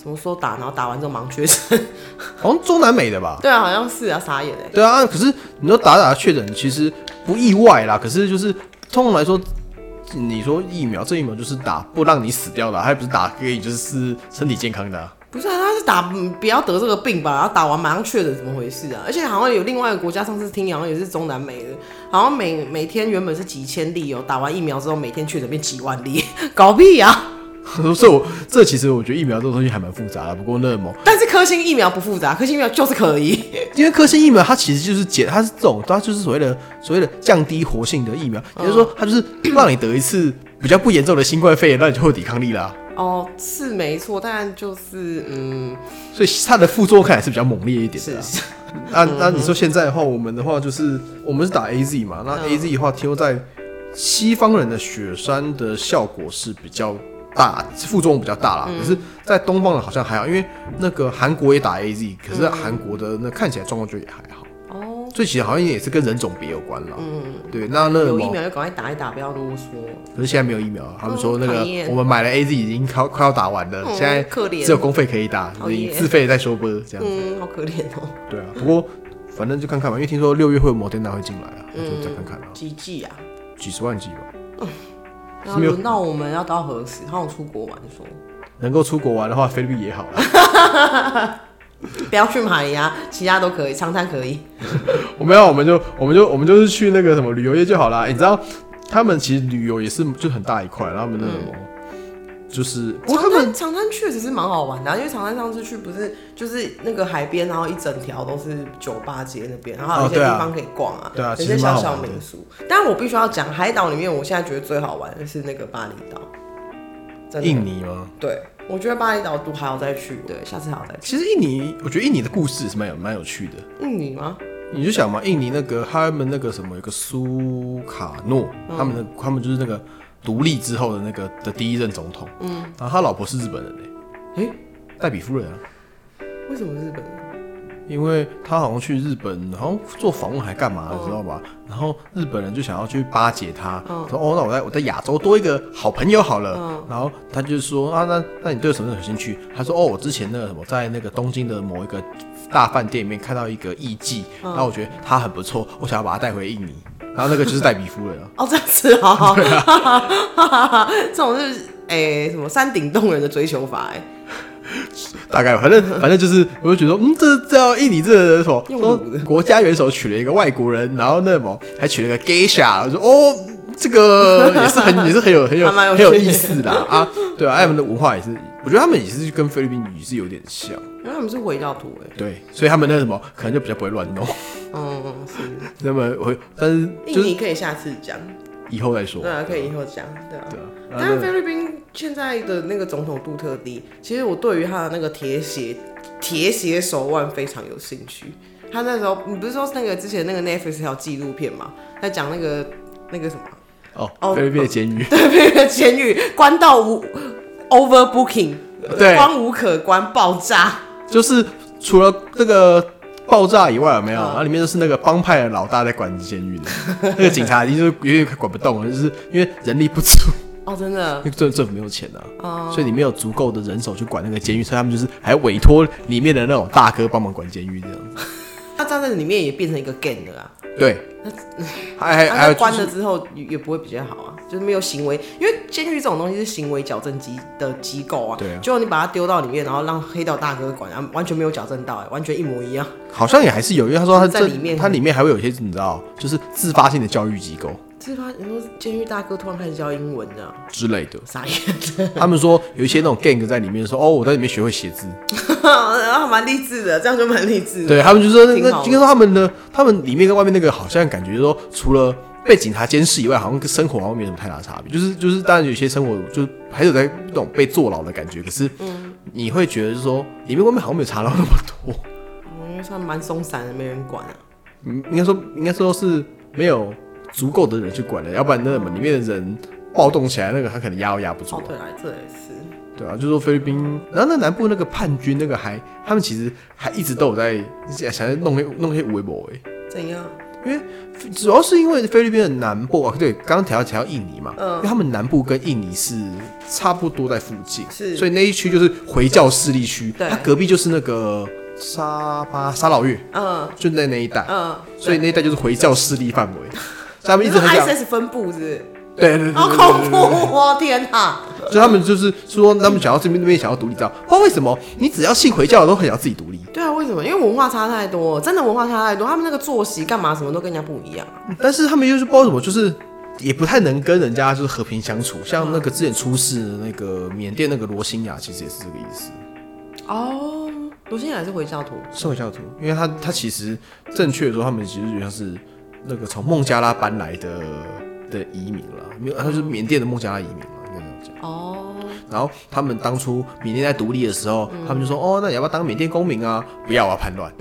A: 什么说打，然后打完之后忙缺诊， *laughs*
B: 好像中南美的吧，
A: 对啊，好像是啊，傻眼哎。
B: 对啊，可是你说打打确诊其实不意外啦，可是就是通常来说，你说疫苗这疫苗就是打不让你死掉的啊、还不是打可以就是身体健康的、啊。 *laughs*
A: 不是啊，他是打嗯不要得这个病吧，然后打完马上确诊，怎么回事啊？而且好像有另外一个国家，上次听好像也是中南美的，好像每每天原本是几千例哦，打完疫苗之后每天确诊变几万例， *laughs* 搞屁啊！
B: 所以我这其实我觉得疫苗这种东西还蛮复杂的，不过那么
A: 但是科兴疫苗不复杂，科兴疫苗就是可疑。 *laughs*
B: 因为科兴疫苗它其实就是解，它是这种它就是所谓的所谓的降低活性的疫苗，也就是说它就是让你得一次比较不严重的新冠肺炎，那你就会有抵抗力啦、
A: 哦，是没错，但就是嗯，
B: 所以它的副作用看起来是比较猛烈一点的
A: 是
B: 啊、
A: 是
B: 那那你说现在的话，我们的话就是我们是打 A Z 嘛，
A: 嗯
B: 那 A Z 的话，听说在西方人的雪山的效果是比较大，副作用比较大
A: 嗯
B: 啦。可是，在东方人好像还好，因为那个韩国也打 A Z，可是韩国的那看起来状况就也还好，
A: 嗯哦，
B: 所以其实好像也是跟人种别有关啦。
A: 嗯，
B: 对，那那
A: 有疫
B: 毛
A: 苗就赶快打一打，不要啰嗦。
B: 可是现在没有疫苗啊，他们说那
A: 哦
B: 个
A: 讨厌
B: 我们买了 A Z 已经快快要打完了，
A: 嗯
B: 现在
A: 可怜
B: 只有公费可以打，
A: 讨
B: 你
A: 厌
B: 自费再说不这样。
A: 嗯，好可怜哦， *laughs*
B: 对啊，不过反正就看看吧，因为听说六月会有摩天娜会进来啊，那就再看看啊，
A: 几季啊？
B: 几十万剂吧，
A: 然后轮到我们要到何时？好想出国玩，说
B: 能够出国玩的话，菲律宾也好啦。 *laughs*
A: 不要去买呀， *laughs* 其他都可以，长滩可以。
B: 我没有，我们就我们就我们就是去那个什么旅游业就好啦。你知道，他们其实旅游也是就很大一块，然后他们那种、就是，不过他
A: 长
B: 们
A: 滩长滩确实是蛮好玩的啊、因为长滩上次去不是就是那个海边，然后一整条都是酒吧街那边，然后还有
B: 哦
A: 一些
B: 对啊
A: 地方可以逛啊，
B: 对啊
A: 有
B: 其
A: 些
B: 实
A: 小
B: 蛮好
A: 小
B: 玩的
A: 民宿。但我必须要讲，海岛里面我现在觉得最好玩的是那个巴厘岛，真的。
B: 印尼吗？
A: 对，我觉得巴厘岛都还要再去，对，下次还要再去。
B: 其实印尼，我觉得印尼的故事是蛮有蛮有趣的。
A: 嗯，你吗？
B: 你就想嘛，印尼那个他们那个什么，有个苏卡诺，他们的他们就是那个独立之后的那个的第一任总统，嗯，然后他老婆是日本人嘞、欸
A: 诶、
B: 代比夫人啊，
A: 为什么日本人？
B: 因为他好像去日本，好像做访问还干嘛的，知道吧？然后日本人就想要去巴结他，说哦哦，那哦我在我在亚洲多一个好朋友好了。然后他就说啊，那那你对什么有兴趣？他说哦，我之前那个什么，在那个东京的某一个大饭店里面看到一个艺妓，然后我觉得她很不错，我想要把她带回印尼。然后那个就是黛比夫人啊，
A: 哦，这样子好好， *laughs* 这种是哎、什么山顶洞人的追求法哎、
B: 大概反正反正就是，我就觉得嗯，这这要印尼这个人什么
A: 用
B: 说
A: 卤的
B: 国家元首娶了一个外国人，然后那什么还娶了个 geisha，我说哦，这
A: *laughs*
B: 个也是很也是很有很有
A: 还蛮有
B: 很有意思的啊，啊对啊，他们的文化也是，我觉得他们也是跟菲律宾也是有点像，
A: 因为他们是回教徒哎、
B: 对，所以他们那什么可能就比较不会乱弄， *laughs*
A: 嗯，是。
B: 那么会，但是就
A: 印
B: 是
A: 尼可以下次讲，
B: 以后再说，
A: 对啊，可以以后讲，哦对啊。
B: 对啊，啊
A: 但是菲律宾现在的那个总统杜特地，其实我对于他的那个铁血铁血手腕非常有兴趣。他那时候，你不是说那个之前那个 Netflix 还有纪录片嘛，在讲那个那个什么， *laughs*
B: 哦，
A: 哦
B: 菲律宾的监狱，
A: 对，被人监狱关到无 overbooking，
B: 对，
A: 关无可关，爆炸。
B: 就是除了那个爆炸以外，有没有？
A: 嗯
B: 然后里面就是那个帮派的老大在管
A: *laughs*
B: 监狱的，那个警察已经就是有点快管不动了，就是因为人力不足， *laughs*
A: 哦，真的
B: 因为政政府没有钱
A: 哦
B: 啊，所以你没有足够的人手去管那个监狱，所以他们就是还委托里面的那种大哥帮忙管监狱
A: *laughs*
B: 这样子。
A: 他站在里面也变成一个 gang 了啊。
B: 对，还还
A: 他
B: 还有
A: 在
B: 就
A: 关了
B: 是
A: 之后也也不会比较好啊，就是没有行为，因为监狱这种东西是行为矫正机的机构啊。
B: 对啊
A: 结果你把他丢到里面，然后让黑道大哥管，然后完全没有矫正到、欸，完全一模一样。
B: 好像也还是有，因为他说他
A: 在
B: 这
A: 里面
B: 他里面还会有一些你知道，就是自发性的教育机构
A: 是吧？你说监狱大哥突然开始教英文啊的，。
B: 之类的
A: 傻眼， *laughs*
B: 他们说有一些那种 gang 在里面说，哦，我在里面学会写字，
A: 然后蛮励志的，这样就蛮励志的。
B: 对他们就说那
A: 挺好
B: 那
A: 的
B: 应该说他们的他们里面跟外面那个好像感觉说，除了被警察监视以外，好像跟生活好像没有什么太大差别。就是就是，当然有些生活就是还是有在那种被坐牢的感觉，可是你会觉得就是说里面外面好像没有差到那么多。 *laughs*
A: 嗯，因为算蛮松散的，没人管啊。
B: 嗯，应该说应该说是没有足够的人去管的，要不然那么里面的人暴动起来，那个他可能压都压不住
A: 哦
B: 啊。，
A: 对啦，这也是。
B: 对啊，就说菲律宾，然后那南部那个叛军那个还他们其实还一直都有在想要弄些弄些微博哎。
A: 怎样？
B: 主要是因为菲律宾的南部啊，对，刚刚提到提到印尼嘛，
A: 嗯
B: 因为他们南部跟印尼是差不多在附近，
A: 是
B: 所以那一区就是回教势力区，
A: 对
B: 它隔壁就是那个沙巴沙老越，
A: 嗯
B: 就在那一带，
A: 嗯，
B: 所以那一带就是回教势力范
A: *laughs*
B: 围，所以他们
A: 你
B: 一直
A: 说
B: 很想，
A: ISIS 分布是不是？
B: 对对对对
A: 好恐
B: 对
A: 怖！哦，天哪！
B: 所以他们就是说他们想要这边那边想要独立，知道不知道为什么？你只要信回教的都很想自己独立，
A: 对啊，为什么？因为文化差太多，真的文化差太多。他们那个作息干嘛，什么都跟人家不一样。啊
B: 但是他们就是不知道怎么，就是也不太能跟人家就是和平相处。像那个之前出事的那个缅甸那个罗兴亚，其实也是这个意思，
A: 哦，罗新也是回教徒， *laughs*
B: 社会教徒，因为他他其实正确的说，他们其实就像是那个从孟加拉搬来的的移民啦，没有，他就是缅甸的孟加拉移民啦，应该这样讲。
A: 哦，
B: 然后他们当初缅甸在独立的时候，他们就说哦，那你要不要当缅甸公民 *laughs* 啊？不要啊，叛乱。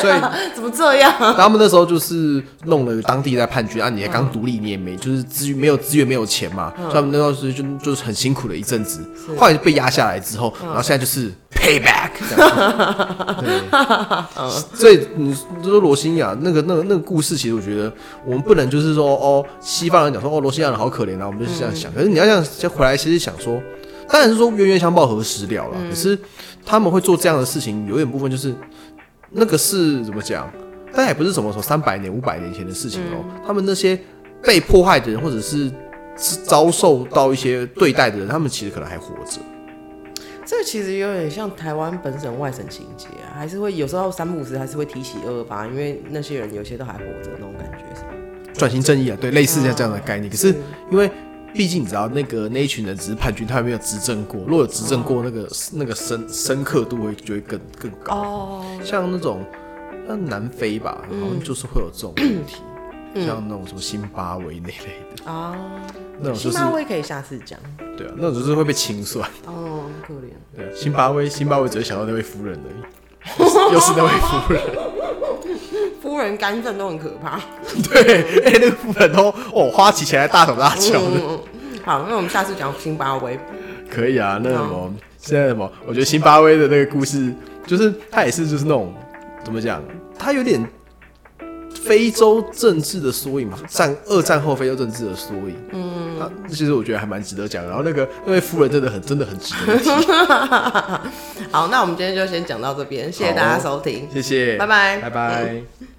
B: 所以
A: 怎么这样？
B: 他们那时候就是弄了当地在判决啊，你也刚独立，你也没就是资源没有资源没有钱嘛，所以他们那时候是就就是很辛苦了一阵子，后来被压下来之后，然后现在就是 payback 这样子。对，所以你就说罗兴亚那个那个那个故事，其实我觉得我们不能就是说哦，西方人讲说哦罗兴亚人好可怜啊，我们就是这样想，可是你要这样先回来，其实想说。当然是说冤冤相报何时了啦。可是他们会做这样的事情，有一点部分就是那个是怎么讲？但也不是什么什么三百年、五百年前的事情哦、他们那些被迫害的人，或者是是遭受到一些对待的人，他们其实可能还活着。
A: 这其实有点像台湾本省外省情节、啊，还是会有时候三不五时还是会提起二二八，因为那些人有些都还活着那种感觉是吧？
B: 转型正义啊，对，类似像这样的
A: 嗯
B: 概念。可是因为毕竟你知道，那个那一群人只是叛军，他们没有执政过。如果有执政过，那个那个深深刻度会就会更更高。
A: 哦，嗯
B: 像那种像南非吧，好像就是会有这种问题，像那种什么津巴维那类的，
A: 啊，
B: 那种就
A: 新
B: 是
A: 马威可以下次讲
B: 对啊，那种就是会被清算。
A: 哦，很可怜。
B: 对，津巴威，津巴威只会想到那位夫人而
A: *laughs*
B: 已，又是又是那位夫人。
A: 夫人干政都很可怕。
B: 对，哎、那个夫人都哦，花起钱来大手大脚的，
A: 嗯， *laughs* 好，那我们下次讲津巴威。 *laughs*
B: 可以啊。那什么，
A: 嗯
B: 现在什么，我觉得津巴威的那个故事，就是他也是就是那种怎么讲，他有点非洲政治的缩影嘛，战二战后非洲政治的缩影。嗯，他其实我觉得还蛮值得讲的。然后那个那位夫人真的很真的很值得一提，
A: *laughs* 好，那我们今天就先讲到这边，谢谢
B: 好
A: 大家收听。
B: 谢谢，
A: 拜拜
B: 拜拜。